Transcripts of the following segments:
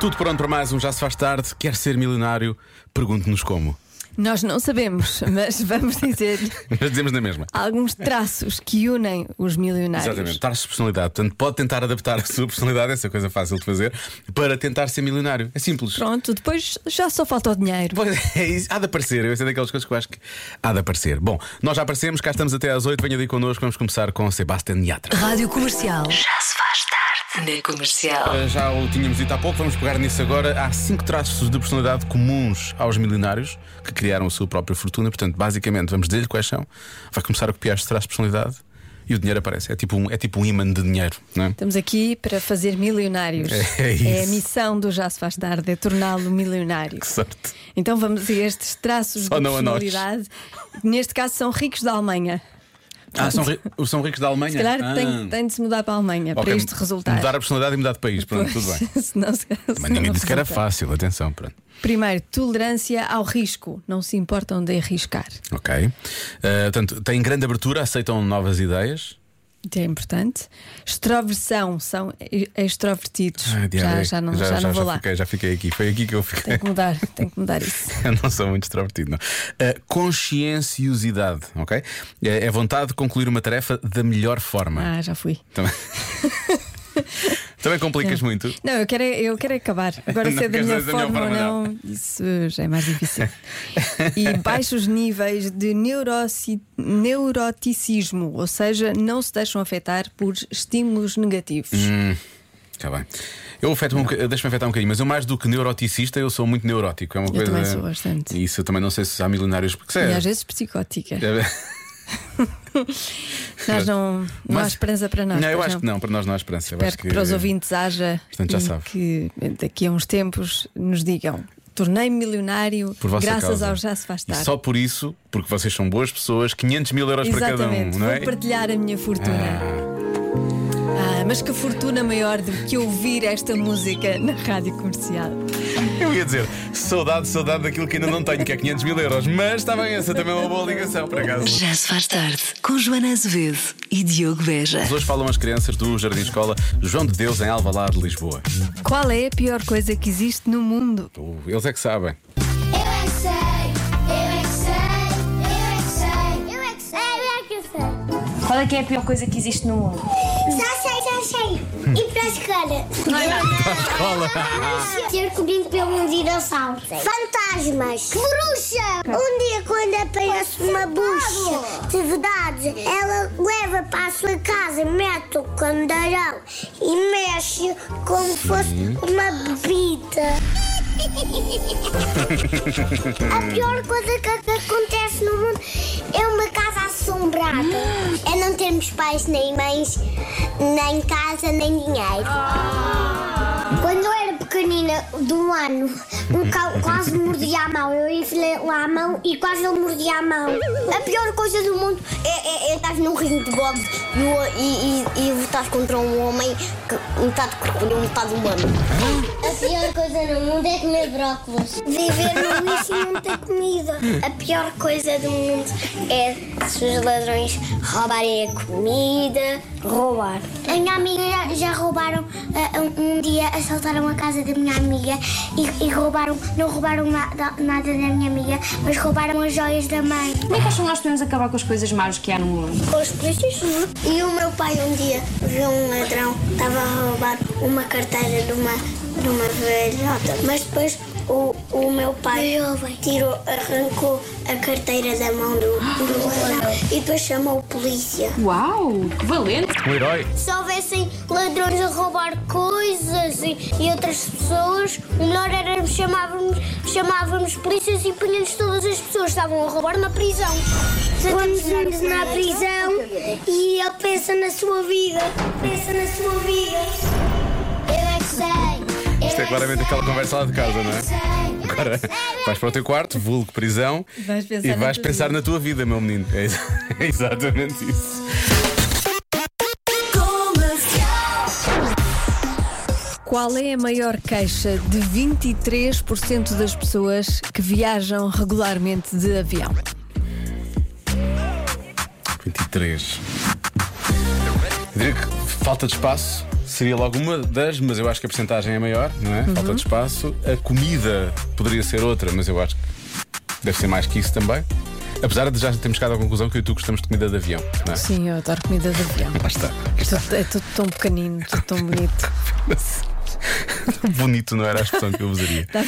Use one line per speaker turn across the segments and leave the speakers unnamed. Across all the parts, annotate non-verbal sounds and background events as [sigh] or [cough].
Tudo pronto para mais um Já Se Faz Tarde. Quer ser milionário? Pergunte-nos como. [laughs]
Nós não sabemos, mas [laughs] vamos dizer
Mas dizemos na mesma.
alguns traços que unem os milionários.
Exatamente, traços de personalidade. Portanto, pode tentar adaptar a sua personalidade, essa coisa fácil de fazer, para tentar ser milionário. É simples.
Pronto, depois já só falta o dinheiro.
Pois [laughs] é, isso. há de aparecer. Eu sei daquelas coisas que eu acho que há de aparecer. Bom, nós já aparecemos, cá estamos até às 8. Venha daí connosco, vamos começar com Sebastian Yatra.
Rádio Comercial.
Já se faz tarde na comercial.
Eh, Já o tínhamos dito há pouco, vamos pegar nisso agora. Há cinco traços de personalidade comuns aos milionários que criaram a sua própria fortuna. Portanto, basicamente, vamos dizer-lhe quais são. Vai começar a copiar estes traços de personalidade e o dinheiro aparece. É tipo um, é tipo um imã de dinheiro, não é? [laughs]
Estamos aqui para fazer milionários.
É isso.
a missão do Já Se Faz Tarde, é torná-lo milionário.
Que sorte.
Então vamos a estes traços
Só
de
não a nós.
personalidade. Neste caso são ricos da Alemanha.
Ah, são, ri- os são ricos da Alemanha?
Se calhar
ah.
tem, tem de se mudar para a Alemanha
Ok,
para isto resultar.
Mudar a personalidade e mudar de país, pronto, tudo bem.
Senão, [laughs] se-
Mas
senão
ninguém
não
disse que era
resulta.
fácil, atenção, pronto.
Primeiro, tolerância ao risco. Não se importam de arriscar.
Ok. Eh, portanto, têm grande abertura, aceitam novas ideias.
Que é importante. Extroversão, são e- extrovertidos.
Ah,
já,
diabo,
já não, já, não vou lá.
Fiquei, já fiquei aqui, foi aqui que eu fiquei.
Tem que mudar, tem que
[laughs]
mudar isso.
Eu não sou muito extrovertido, não. Eh, conscienciosidade, ok? É, é vontade de concluir uma tarefa da melhor forma.
Ah, já fui. [laughs]
Também, Também complicas muito.
Não, eu quero, é- eu quero é acabar. Agora
Não
se é da
queres
minha
dizer da minha
forma ou
forma,
não, isso já é
[laughs]
mais difícil. e baixos níveis de neuroci- neuroticismo, ou seja, não se deixam afetar por estímulos negativos.
Hum. Está Tá bem. Eu afeto um, boca- deixo-me afetar um bocadinho, mas eu, mais do que neuroticista, eu sou muito neurótico. É uma coisa.
também sou bastante.
Isso eu também não sei se há milionários. Porque se
E
é-
às vezes psicótica. [laughs]
é-
Nós não, não há
Mas-
esperança para nós.
Não, eu
pois
acho que não, para nós não há esperança. Eu acho
Espero que, para os ouvintes haja
Portanto, já
e
sabe.
que daqui a uns tempos nos digam. Tornei-me milionário
Por vossa
graças
causa.
ao Já Se Faz
E
Tarde.
só por isso, porque vocês são boas pessoas, 500 mil euros para cada um,
Exatamente,
não é?
vou partilhar a minha fortuna. Ah, mas que fortuna maior do que ouvir esta música na rádio comercial.
Eu ia dizer, saudade, saudade daquilo que ainda não tenho, que é 500 mil euros. Mas está bem, essa também é uma boa ligação, por acaso.
Já se faz tarde com Joana Azevedo e Diogo Beja.
Hoje falam as crianças do Jardim Escola João de Deus em Alvalade, Lisboa.
Qual é a pior coisa que existe no mundo?
Oh, Eles é que sabem.
Eu é que sei, eu é que sei, eu é que sei, eu é que sei, eu é que sei.
Qual é que é a pior coisa que existe no mundo?
Já sei, já sei. E para a escola? Para a escola. Ter comido pelo um dinossauro. Fantasmas. Bruxa. Um dia quando aparece uma bruxa de verdade, ela leva para a sua casa, mete o candarão e mexe como fosse uma bebida. A pior coisa que que acontece no mundo é uma casa assombrada. É não termos pais nem mães, nem casa, nem dinheiro. Quando eu era pequenina, de um ano, um cão quase me mordia a mão. Eu enfilei lá a mão e quase ele mordia a mão. A pior coisa do mundo é, é, é estar num ringue de boxe e, o- e, e, e lutar contra um homem que metade crocodilo, metade um humano. A pior coisa no mundo é comer brócolis. Viver no lixo e não ter comida. A pior coisa do mundo é se os ladrões roubarem a comida. Roubar. A minha amiga já, já roubaram. ah, um, um dia assaltaram a casa da minha amiga e, e roubaram. Não roubaram nada, nada da minha amiga, mas roubaram as joias da mãe.
Como é que acham que nós podemos acabar com as coisas más que há no mundo?
Com os polícias? E o meu pai um dia viu um ladrão, estava a roubar uma carteira de uma, de uma velhota, mas depois o, o meu pai tirou, arrancou a carteira da mão do, do ladrão e depois chamou a polícia.
Uau, que valente!
Um herói.
Se houvessem ladrões a roubar coisas e, e outras pessoas, o melhor era chamávamos, chamávamos polícias e punhamos todas as pessoas que estavam a roubar na prisão. Pomos-nos na prisão e ele pensa na sua vida. Pensa na sua vida. Eu é que sei.
Isto é claramente aquela conversa lá de casa, não é? Agora
é
vais para o teu quarto, vulgo prisão
Vais pensar
e
na
vais
tua
pensar na tua vida, meu menino. É ex- [laughs] é exatamente isso.
Qual é a maior queixa de 23% das pessoas que viajam regularmente de avião?
23. Eu diria que falta de espaço, seria logo uma das, mas eu acho que a porcentagem é maior, não é? Falta de espaço. A comida poderia ser outra, mas eu acho que deve ser mais que isso também. Apesar de já termos chegado à conclusão que eu e tu gostamos de comida de avião, não é?
Sim, eu adoro comida de avião.
Lá está.
Tudo- é tudo tão pequenino, tudo tão bonito.
Bonito não era a expressão que eu usaria.
Dá,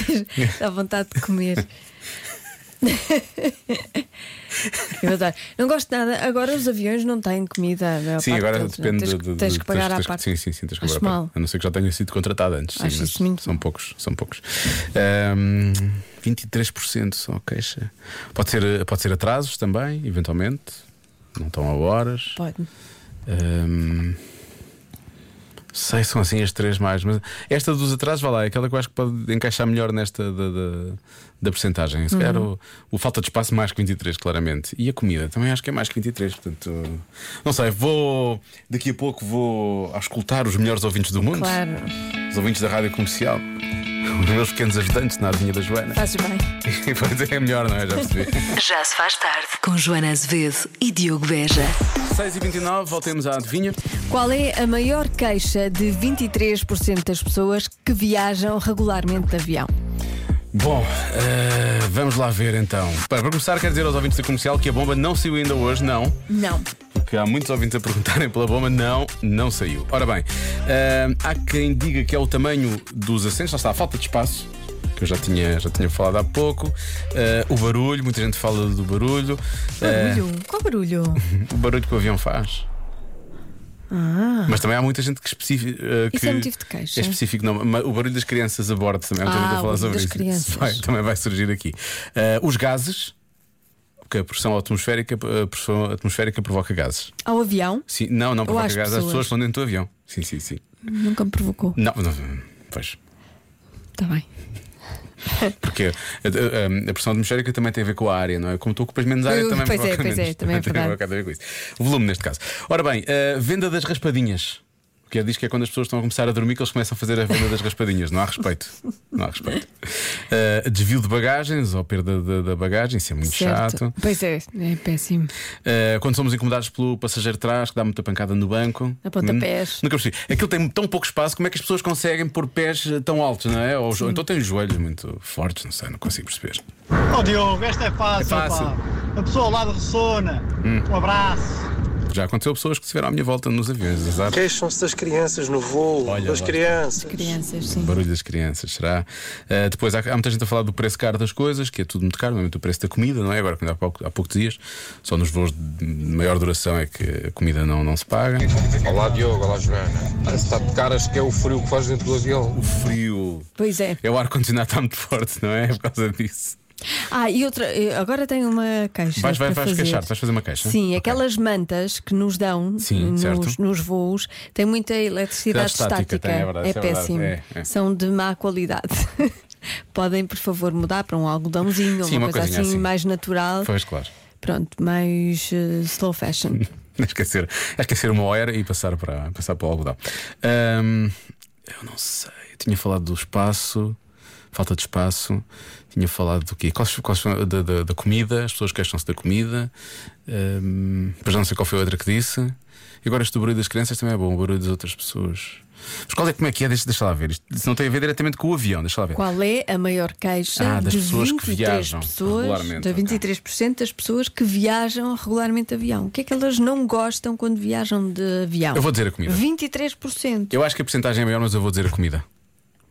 dá vontade de comer. Eu adoro. Não gosto de nada. Agora os aviões não têm comida. a maior
Sim,
parte
agora
deles, não é?
depende
tens,
de,
que-
de-
tens que
de-
pagar
tens-
à
tens-
parte.
Sim, sim, sim, tens que
Acho
pagar à
mal.
parte. A não ser que já tenha sido contratado antes. sim,
Acho
mas
isso muito
são
mal.
poucos, são poucos. Ahm, 23% só queixa. Pode ser, pode ser atrasos também, eventualmente. Não estão a horas.
Pode.
Ahm, sei, são assim as três mais, mas esta dos atrasos, vai lá, é aquela que eu acho que pode encaixar melhor nesta da, da, da percentagem. Se calhar o, o falta de espaço mais que 23, claramente. E a comida também acho que é mais que 23, portanto. Não sei, vou. Daqui a pouco vou auscultar os melhores ouvintes do mundo,
Claro,
os ouvintes da rádio comercial, os meus pequenos ajudantes na Avenida da Joana.
fazes bem.
[laughs] E vou dizer, é melhor, não é? Já percebi.
Já se faz tarde.
Com Joana Azevedo e Diogo Beja.
6h29, voltemos à adivinha.
Qual é a maior queixa de 23% das pessoas que viajam regularmente de avião?
Bom, eh, vamos lá ver então. Para, para começar, quero dizer aos ouvintes da comercial que a bomba não saiu ainda hoje, não.
Não.
Porque há muitos ouvintes a perguntarem pela bomba, não, não saiu. Ora bem, eh, há quem diga que é o tamanho dos assentos, lá está, a falta de espaço. Que eu já tinha, já tinha falado há pouco. Eh, o barulho, muita gente fala do barulho. Eh,
Barulho? Qual barulho?
o barulho que o avião faz. Mas também há muita gente que específico. eh,
Ah. Isso
que
é motivo de queixa?
É específico, não. mas O barulho das crianças a bordo também.
Ah,
estou muito a
o
falar
barulho
sobre
das
isso.
crianças.
Vai, também vai surgir aqui. Eh, os gases. Porque a pressão atmosférica, eh, a pressão atmosférica provoca gases.
Ao avião?
Sim, não, não provoca
às
gases. As
pessoas.
pessoas estão dentro do avião. Sim, sim, sim.
Nunca me provocou.
Não, não, pois.
Está bem.
Porque a, a- a pressão atmosférica também tem a ver com a área, não é? Como tu ocupas menos área,
Uh,
também
pois é,
provoca
pois é,
menos.
também
[laughs]
é
tem
verdade.
um bocado a ver com isso. O volume, neste caso. Ora bem, eh, venda das raspadinhas. O que é, diz que é quando as pessoas estão a começar a dormir que eles começam a fazer a venda das raspadinhas. Não há respeito. Não há respeito. Eh, desvio de bagagens ou perda da- da bagagem, isso é muito chato.
Pois é, é péssimo.
Uh, quando somos incomodados pelo passageiro de trás, que dá muita pancada no banco.
A pontapés.
Hum, Nunca percebi. Aquilo tem tão pouco espaço, como é que as pessoas conseguem pôr pés eh, tão altos, não é? Ou, jo- então tem os joelhos muito fortes, não sei, não consigo perceber.
Ó Diogo, esta é fácil,
É fácil. Hum.
pá. A pessoa ao lado ressona. Um abraço.
Já aconteceu pessoas que estiveram à minha volta nos aviões, azar.
Queixam-se das crianças no voo,
Olha
das
lá.
crianças.
Crianças, sim.
Barulho das crianças, será? Uh, depois há, há muita gente a falar do preço caro das coisas, que é tudo muito caro, normalmente o preço da comida, não é? Agora, quando há, pouco, há poucos dias, só nos voos de maior duração é que a comida não, não se paga.
Olá Diogo, olá Joana. Parece estar de caras que é o frio que faz dentro do avião.
O frio.
Pois é.
É o ar-condicionado está muito forte, não é? É Por causa disso.
Ah, e outra, eh, agora tenho uma queixa.
Vais, vais,
para
vais
fazer.
queixar, vais fazer uma queixa.
Sim,
Ok.
aquelas mantas que nos dão
Sim,
nos,
certo.
nos voos têm muita eletricidade
Eletricidade
estática.
estática, tem, é verdade, isso é verdade,
péssimo.
é, é.
São de má qualidade. [laughs] Podem, por favor, mudar para um algodãozinho,
Sim,
uma
uma
coisa assim,
coisinha assim.
mais natural.
Pois, claro.
Pronto, mais eh,
[laughs]
slow fashion.
Esquecer, esquecer uma hora e passar para, passar para o algodão. Ahm, eu não sei. Eu tinha falado do espaço, falta de espaço. Tinha falado do quê? Quais- quais são- da, da- da comida, as pessoas queixam-se da comida. Ahm, Depois já não sei qual foi a outra que disse. E agora este barulho das crianças também é bom, o barulho das outras pessoas. Mas qual é como é que é? Deixa, deixa lá ver. Isto isso não tem a ver diretamente com o avião, deixa lá ver.
Qual é a maior queixa
Ah, das
de
pessoas que
23
viajam
pessoas,
regularmente,
de
ok.
23% das pessoas que viajam regularmente de avião? O que é que elas não gostam quando viajam de avião?
Eu vou dizer a comida.
23%.
Eu acho que a porcentagem é maior, mas eu vou dizer a comida.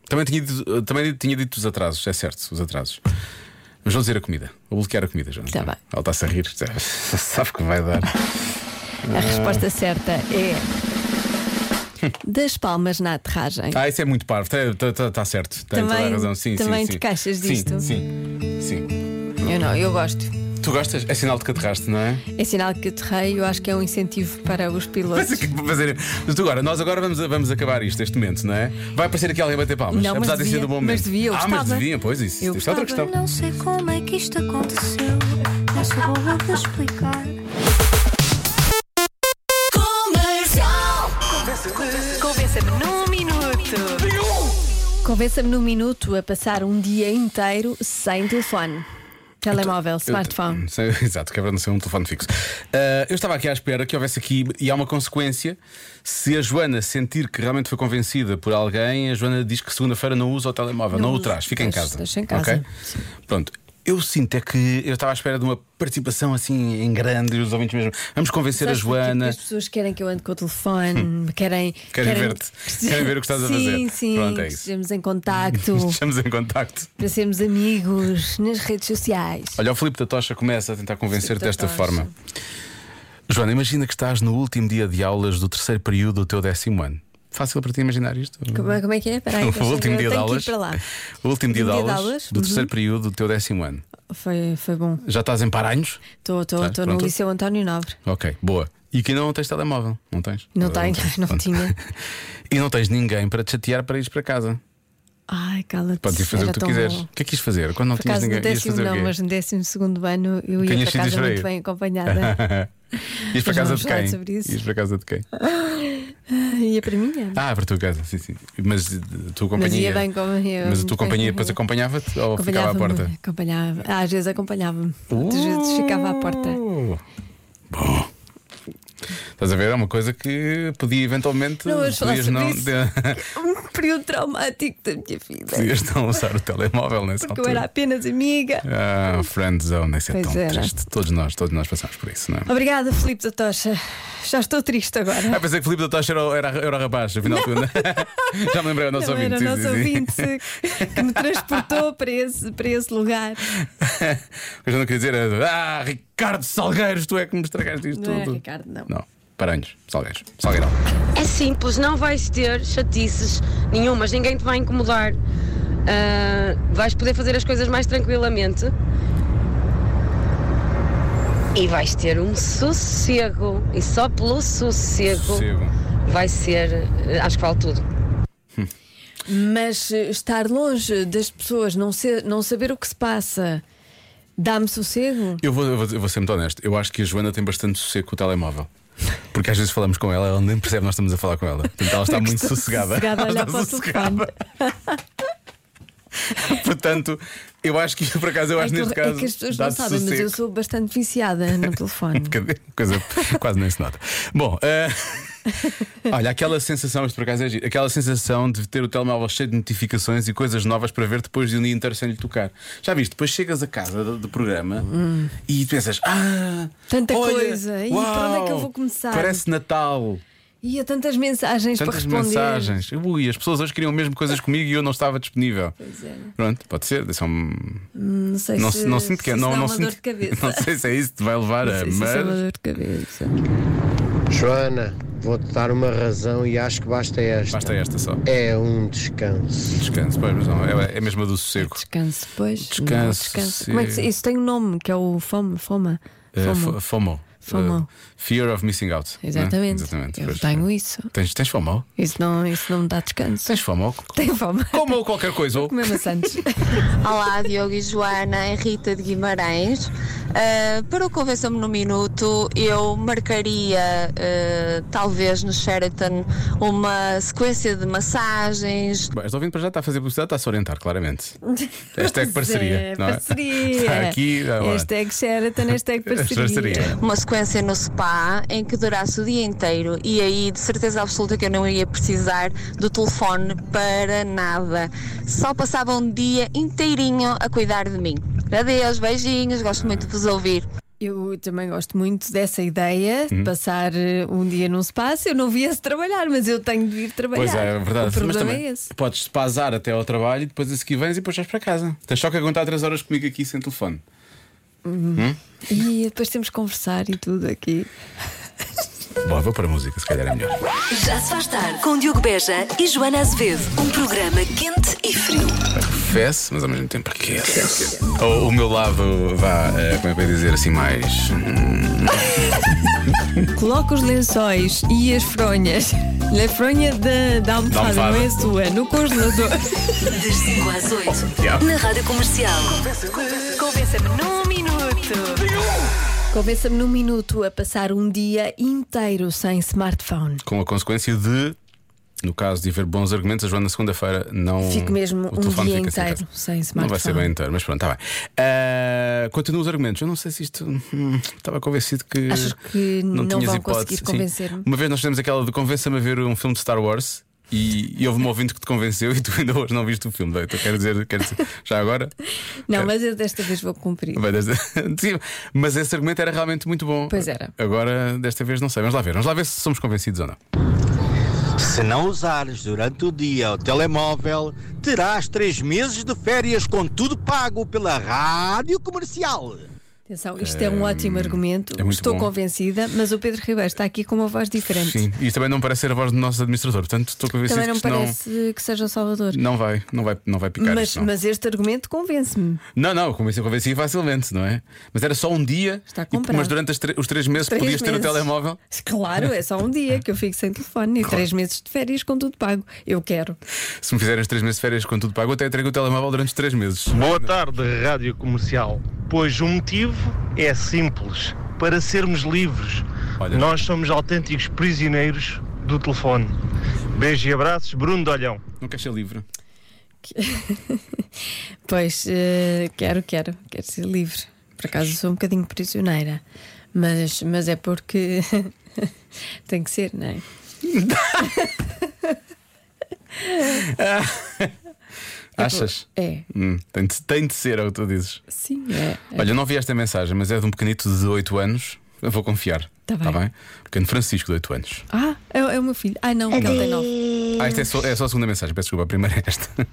Também tinha dito, eh, também tinha dito os atrasos, é certo, os atrasos. Mas vou dizer a comida. Vou bloquear a comida, Joana.
Tá bem.
Ela está-se a rir, já- [laughs] sabe que vai
[laughs]
dar.
A resposta certa é. Das palmas na aterragem.
Ah, isso é muito parvo, está tá certo. Tem toda a
Também-
razão. Sim, sim,
também
sim.
te queixas
Sim,
disto?
Sim, sim.
Eu não, eu gosto.
Tu gostas? É sinal de que aterraste, não é? [laughs]
É sinal que aterrei, eu acho que é um incentivo para os
Mas o
pilotos.
que é que vou fazer? Mas tu agora, nós agora vamos, vamos acabar isto, este momento, não é? Vai aparecer aqui alguém a bater palmas,
Não, mas
apesar de ser
devia,
do bom
mas
momento.
devia, eu
ah, mas
gostava.
devia, pois isso.
Eu
Isto é outra
gostava.
questão.
Não sei como é que isto aconteceu, mas sou boa de explicar.
Convença-me num minuto.
Convença-me num minuto a passar um dia inteiro sem telefone. Telemóvel, smartphone.
Então, Eu- sei- [laughs] Exato, que é para não ser um telefone fixo. Ah, eu estava aqui à espera que houvesse aqui, e há uma consequência: se a Joana sentir que realmente foi convencida por alguém, a Joana diz que segunda-feira não usa o telemóvel, não,
Não
o
uso,
traz, fica
deixa-
em casa.
deixa em casa,
Ok?
sim.
Pronto. Eu sinto é que eu estava à espera de uma participação assim em grande e os ouvintes mesmo. Vamos convencer a
Sabes porquê? Porque
Joana. Hum.
As pessoas querem que eu ande com o telefone, querem.
Querem ver-te. Querem ver o que estás a
Sim,
fazer.
sim.
Pronto, é
que
isso.
Estejamos em
[laughs]
contacto,
Estamos em contacto.
para sermos amigos nas redes sociais.
Olha, o Filipe da Tocha começa a tentar convencer
Filipe da
desta
Tocha.
forma. Joana, imagina que estás no último dia de aulas do terceiro período do teu décimo ano. Fácil para ti imaginar isto?
Como, é- como é que é? Espera
[laughs]
aí,
o
deixa-
último
eu
dia de
tenho que ir
aulas.
para lá.
O último dia de
Último
aulas do
Uhum.
terceiro período do teu décimo ano.
Foi, foi bom.
Já estás em Paranhos? Tá,
Estou no
pronto.
Liceu António Nobre.
Ok, boa. E que não tens telemóvel, não tens?
Não tenho, [laughs] não
Pronto.
tinha.
[laughs] e não tens ninguém para te chatear para ires para casa.
Ai, cala-te.
Podes ir fazer
era
o que tu
tão
quiseres.
bom.
O que é que quis fazer? Quando não
Por
tinhas
acaso no
ninguém, ias
décimo
fazer o
não,
quê?
mas no décimo segundo ano eu ia
Tinhas
para
sítios
casa
para
muito
ir.
bem acompanhada.
[laughs] Ias para
Mas
casa
vamos
de
falar
quem?
sobre isso.
Ias para casa de quem?
ia para mim, é. era.
Ah, para a tua casa, sim, sim. Mas eh, a tua companhia.
ia bem com- ia
mas a
muito
tua
bem.
companhia depois acompanhava-te ou ficava à
acompanhava-me.
porta? Uh!
Acompanhava. Às vezes acompanhava-me, outras vezes ficava à
[laughs]
porta.
Bom. Uh! Estás a ver? É uma coisa que podia eventualmente.
Não vamos falar
podias
sobre
não,
isso. Um período traumático da minha vida.
[laughs] podias não usar o telemóvel nessa
Porque eu
altura.
era apenas amiga.
Ah, friend zone, isso é
Pois
tão
era.
triste. Todos nós, todos nós passamos por
[laughs]
isso, não é?
Obrigada, Filipe da Tocha. Já estou triste
Ah, [laughs]
agora.
pensei que Filipe da Tocha era, era, era o rapaz, afinal tu- [laughs] Já me lembrei, o nosso
Não
ouvinte.
era o
sim,
nosso
sim, sim.
ouvinte que me transportou para esse, para
[laughs]
esse lugar.
[laughs] Mas eu não queria dizer, era, ah, Ricardo Salgueiros, tu é que me estragaste isto
Não era
tudo.
Ricardo, não.
Não, Paranhos, Salgueiros, Salgueirão.
É simples, não vais ter chatices nenhumas, ninguém te vai incomodar. Ah, vais poder fazer as coisas mais tranquilamente e vais ter um sossego. E só pelo sossego,
Sossego.
vai ser. ah, Acho que vale tudo.
Mas eh, estar longe das pessoas, não, ser, não saber o que se passa, dá-me sossego.
Eu vou, eu vou- eu vou ser muito honesto. Eu acho que a Joana tem bastante sossego com o telemóvel. Porque às vezes falamos com ela, ela nem percebe que nós estamos a falar com ela. Portanto, ela
[laughs]
está
Porque
muito
É estou
sossegada.
sossegada a
Ela
olhar
está
para o
sossegada. Portanto, eu acho que, por acaso, eu acho
é, que,
neste
é
caso.
que as pessoas não
dá-te
sabem, mas eu
sossego.
sou bastante
[laughs]
viciada no telefone.
Cadê? Coisa quase nem se nota. Bom, eh, [laughs] olha, aquela sensação, isto por acaso é giro, aquela sensação de ter o telemóvel cheio de notificações e coisas novas para ver depois de um dia inteiro sem lhe tocar. Já viste? Depois chegas a casa do, do programa e tu pensas, ah,
Tanta
olha,
coisa, e por
uau,
onde é que eu vou começar?
Parece Natal,
E há tantas mensagens para
tantas
responder.
mensagens. Ui, as pessoas hoje queriam mesmo coisas comigo e eu não estava disponível.
Pois é.
Pronto, pode ser, são
Não sei
não,
se,
não sinto que
se
é-
isso
não,
dá
não
uma
sinto-
dor de cabeça.
[laughs] não sei se é isso que te vai levar
Não
a.
sei se isso é uma
Mas...
dor de cabeça.
Joana, vou-te dar uma razão e acho que basta esta.
Basta esta só.
É um descanso.
Descanso, pois, mas não, é, é mesmo a do sossego.
Descanso, pois.
Descanso,
Não, descanso. Como é que se-
sim.
isso tem um nome que é o FOMO? Foma.
Eh,
FOMO.
fo- FOMO.
FOMO.
Eh, fear of missing out. né?
Exatamente.
Exatamente.
Eu
pois.
tenho isso.
Tens, tens FOMO?
Isso não, isso não me dá descanso. [laughs]
Tens FOMO?
Tenho fome.
Como ou qualquer coisa. ou- [laughs]
Comer maçãs.
Olá, Diogo e Joana, é Rita de Guimarães. Ah, para o Convenção-me no Minuto, eu marcaria, ah, talvez no Sheraton, uma sequência de massagens.
Bem, Estou ouvindo para já, está a fazer publicidade, está a se orientar,
[laughs]
claramente. Hashtag
Pois
parceria.
é,
não é?
Parceria. é
Está aqui. agora.
Hashtag Sheraton, hashtag
[laughs] é
parceria.
Parceria.
Uma sequência no spa em que durasse o dia inteiro e aí de certeza absoluta que eu não ia precisar do telefone para nada. Só passava um dia inteirinho a cuidar de mim. Adeus, beijinhos, gosto muito de vos ouvir.
Eu também gosto muito dessa ideia
Uhum.
de passar eh, um dia num espaço. Eu não viesse trabalhar, mas eu tenho de ir trabalhar.
Pois é, é verdade.
O problema
Mas também
é esse.
podes pasar até ao trabalho e depois a seguir vens e depois vais para casa. Tens só que aguentar 3 horas comigo aqui sem telefone.
E depois temos que conversar e tudo aqui.
Bom, vou para a música, se calhar é melhor.
Já se faz tarde com Diogo Beja e Joana Azevedo. Um programa quente e frio.
Fesse, mas ao mesmo tempo aquece. O, o meu lado, vá, eh, como é que eu ia dizer assim, mais. hum,
Coloca os lençóis e as fronhas. [laughs] Na fronha da, da almofada,
almofada.
não é sua, no congelador.
[laughs] Das 5 às 8. Na Rádio Comercial.
Convença-me num minuto.
Convença-me num minuto a passar um dia inteiro sem smartphone.
Com a consequência de No caso de haver bons argumentos, a Joana, segunda-feira, não.
Fico mesmo
o
um
telefone
dia
fica sem
inteiro
casa.
sem smartphone.
Não vai ser bem inteiro, mas pronto, está bem. Ah, continuo os argumentos. Eu não sei se isto. hum, estava convencido que.
Achas que não
tinhas
vão
hipótese.
conseguir
Sim.
convencer-me?
Uma vez nós fizemos aquela de convença-me a ver um filme de Star Wars. E, e houve um ouvinte que te convenceu e tu ainda hoje não viste o filme. Então, quero dizer, quero dizer, já agora?
Não, mas eu desta vez vou cumprir.
Bem, desta- [laughs] Sim, Mas esse argumento era realmente muito bom.
Pois era.
Agora, desta vez, não sei. Vamos lá ver. Vamos lá ver se somos convencidos ou não.
Se não usares durante o dia o telemóvel, terás três meses de férias com tudo pago pela rádio comercial.
Atenção, isto é um ótimo argumento.
é muito
Estou
bom.
convencida, mas o Pedro Ribeiro está aqui com uma voz diferente.
Sim. E isto também não parece ser a voz do nosso administrador. Portanto, estou convencido
Também não
que isto
parece que seja o Salvador.
não, não vai, não vai, não vai picar.
mas,
isto, não.
mas este argumento convence-me.
Não, não, convenci, convenci facilmente, não é? Mas era só um dia,
Está
e-
comprado.
mas durante as tre- os três meses
Três
podias ter o
meses.
telemóvel.
Claro, é só um dia que eu fico sem telefone e três meses de férias com tudo pago. Eu quero.
Se me fizerem os três meses de férias com tudo pago, eu até entrego o telemóvel durante os três meses.
Boa tarde, Rádio Comercial. Pois o motivo é simples: para sermos livres. Nós somos autênticos prisioneiros do telefone. Beijos e abraços, Bruno Dolhão.
Não queres ser livre?
Pois, eh, quero, quero, quero ser livre. Por acaso sou um bocadinho prisioneira, mas, mas é porque [laughs] tem que ser, não é?
Achas?
É.
Hum, tem, de, tem de ser, é o que tu dizes.
Sim, é.
Olha, eu não vi esta mensagem, mas é de um pequenito de 8 anos. Eu vou confiar.
Tá bem.
Pequeno Francisco, de 8 anos.
Ah, é, é o meu filho. Ah, não, ele tem nove.
Ah, esta é só, é só a segunda mensagem, peço desculpa, a primeira é esta.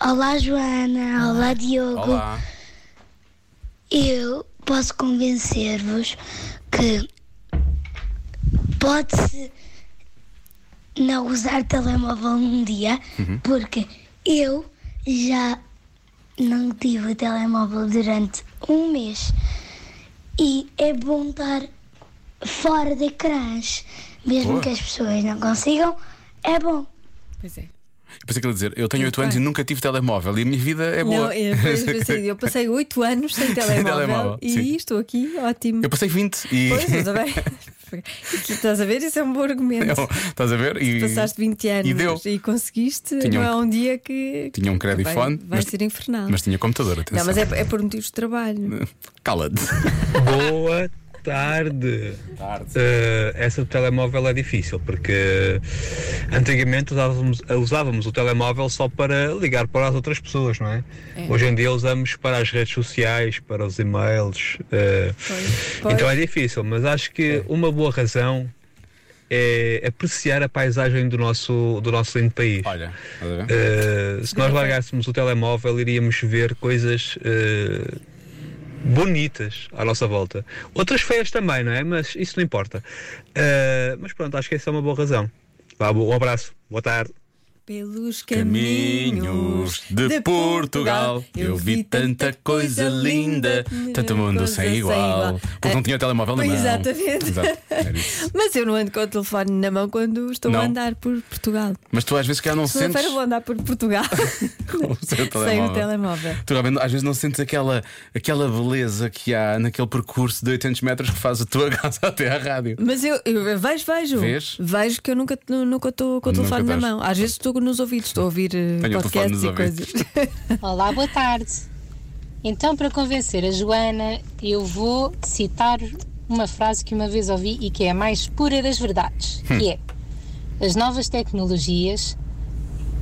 Olá Joana, olá,
Uhum.
Diogo.
Olá.
Eu posso convencer-vos que pode-se não usar telemóvel um dia,
Uhum.
porque eu já não tive o telemóvel durante um mês e é bom estar fora de ecrãs, mesmo
Boa.
que as pessoas não consigam, é bom.
Pois é.
Eu pensei que ele ia dizer: Eu tenho 8 anos e nunca tive telemóvel e a minha vida é boa.
Não, eu, pois, assim, eu passei oito anos sem telemóvel,
telemóvel,
e
sim.
estou aqui,
[laughs]
ótimo.
Eu passei 20 e. [laughs]
Pois, é. tudo bem. [laughs] Estás a ver? Isso é um bom argumento.
Não, Então, Estás a ver? E...
Passaste 20 anos
E deu.
conseguiste,
Tinha
não
um-
é um dia que.
Tinha um crédito
vai,
fone,
Tá Vai
mas-
ser infernal.
Mas tinha computador, atenção.
não, mas é, é por motivos de trabalho.
[laughs] Cala-te.
Boa tarde. Eh, essa do telemóvel é difícil porque antigamente usávamos, usávamos o telemóvel só para ligar para as outras pessoas, não é?
É.
Hoje em dia usamos para as redes sociais, para os e-mails. eh,
pois.
Então é difícil, mas acho que uma boa razão é apreciar a paisagem do nosso, do nosso lindo país.
Olha,
Eh, se nós largássemos o telemóvel, iríamos ver coisas eh, bonitas à nossa volta. Outras feias também, não é? Mas isso não importa. Eh, mas pronto, acho que essa é uma boa razão. Vá, bo- um abraço, boa tarde.
Pelos
Caminhos de Portugal, eu vi tanta coisa linda, tanto mundo sem igual. Porque não tinha o telemóvel na mão.
Exatamente.
Exato. É
É, Mas eu não ando com o telefone na mão quando estou
Não.
a andar por Portugal.
Mas tu às vezes já não sentes
Segunda-feira vou andar por
[laughs]
Portugal
sem o
[laughs] sem o
telemóvel.
telemóvel.
Tu realmente, às vezes não sentes aquela, aquela beleza que há naquele percurso de 800 metros que faz a tua [laughs] casa até à rádio.
Mas eu, eu vejo, vejo.
Vês?
Vejo que eu nunca estou nunca estou com o
Nunca
telefone na
estás.
mão. Às vezes estou nos ouvidos, estou a ouvir eh,
Tenho o telefone nos
podcasts e
ouvidos.
coisas. [laughs]
Olá, boa tarde. Então, para convencer a Joana, eu vou citar uma frase que uma vez ouvi e que é a mais pura das verdades,
Hum.
que é as novas tecnologias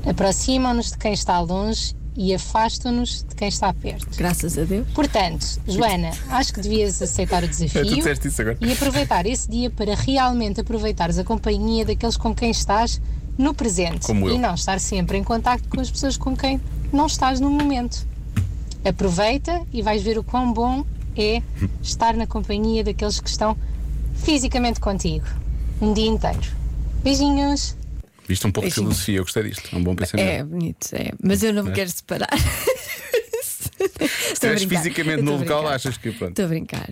aproximam-nos de quem está longe e afastam-nos de quem está perto.
Graças a Deus.
Portanto, Joana, acho que devias aceitar
[laughs]
o
É, tu
desafio
disseste isso agora.
e aproveitar esse dia para realmente aproveitares a companhia daqueles com quem estás no presente
Como eu.
e não estar sempre em contacto com as pessoas com quem não estás no momento. Aproveita e vais ver o quão bom
[laughs]
é estar na companhia daqueles que estão fisicamente contigo um dia inteiro. Beijinhos!
Viste um pouco de
Beijinho.
filosofia, eu gostei disto. É um bom
É
pensamento.
bonito, é. Mas eu não me
Não é?
quero separar. [laughs]
Se estiveres
brincar.
fisicamente
Eu
no
tô a
local,
brincar.
achas que pronto.
Estou a brincar.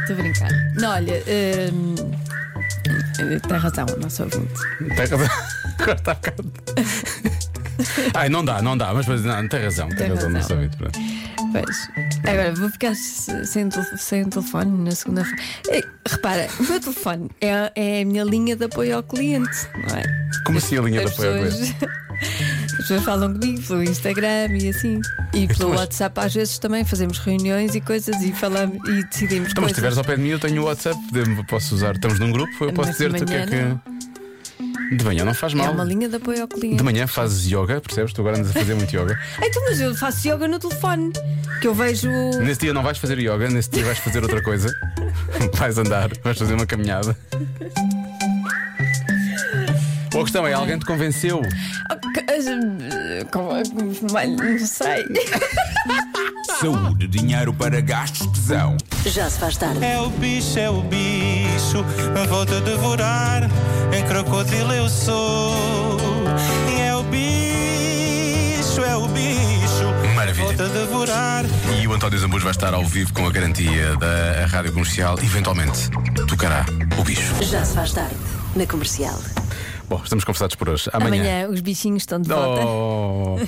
Estou a brincar. Não, olha. hum, eh, Tem razão, não sou ouvinte.
Tem razão. [laughs] Corta a bocado. Ai, não dá, não dá, mas mas não, tem razão, tem,
Tem
razão, não
razão.
sabia. Pronto.
Pois. Agora, vou ficar se- sem, tel- sem telefone na segunda-feira. Eh, Repara, o meu telefone é, é a minha linha de apoio ao cliente, não é?
Como assim a linha de
As
apoio ao
pessoas- [laughs] As pessoas falam comigo pelo Instagram e assim. E pelo
mas-
WhatsApp, às vezes também fazemos reuniões e coisas e falamos e decidimos.
Então, mas se estiveres
coisas.
ao pé de mim, eu tenho o WhatsApp, de- posso usar. Estamos num grupo, eu posso
Mas de
dizer-te o que é
manhã
que. De manhã não faz
É
mal.
uma linha de apoio ao cliente.
De manhã fazes yoga, percebes? Tu agora andas a fazer muito yoga.
Então, mas eu faço yoga no telefone. Que eu vejo.
Nesse dia não vais fazer yoga, nesse dia vais fazer outra coisa. [laughs] vais andar, vais fazer uma caminhada. Boa questão é: alguém te convenceu?
Ah, é Não sei.
Saúde, dinheiro para gastos, tesão.
Já se faz tarde.
É o bicho, é o bicho, vou-te devorar. Em crocodilo eu sou. E é o bicho, é o bicho,
Maravilha.
vou-te devorar.
E o António Zambus vai estar ao vivo com a garantia da rádio comercial. Eventualmente tocará o bicho.
Já se faz tarde. Na comercial.
Bom, estamos conversados por hoje.
Amanhã os bichinhos estão de volta.
Oh.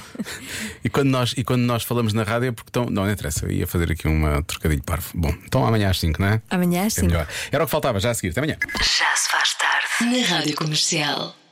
[laughs] e, quando nós, e quando nós falamos na rádio é porque estão. Não, não interessa, eu ia fazer aqui uma trocadilho parvo. Bom, então amanhã às 5, não é?
Amanhã às
É
5.
melhor. Era o que faltava, já a seguir. Até amanhã.
Já se faz tarde. Na rádio comercial.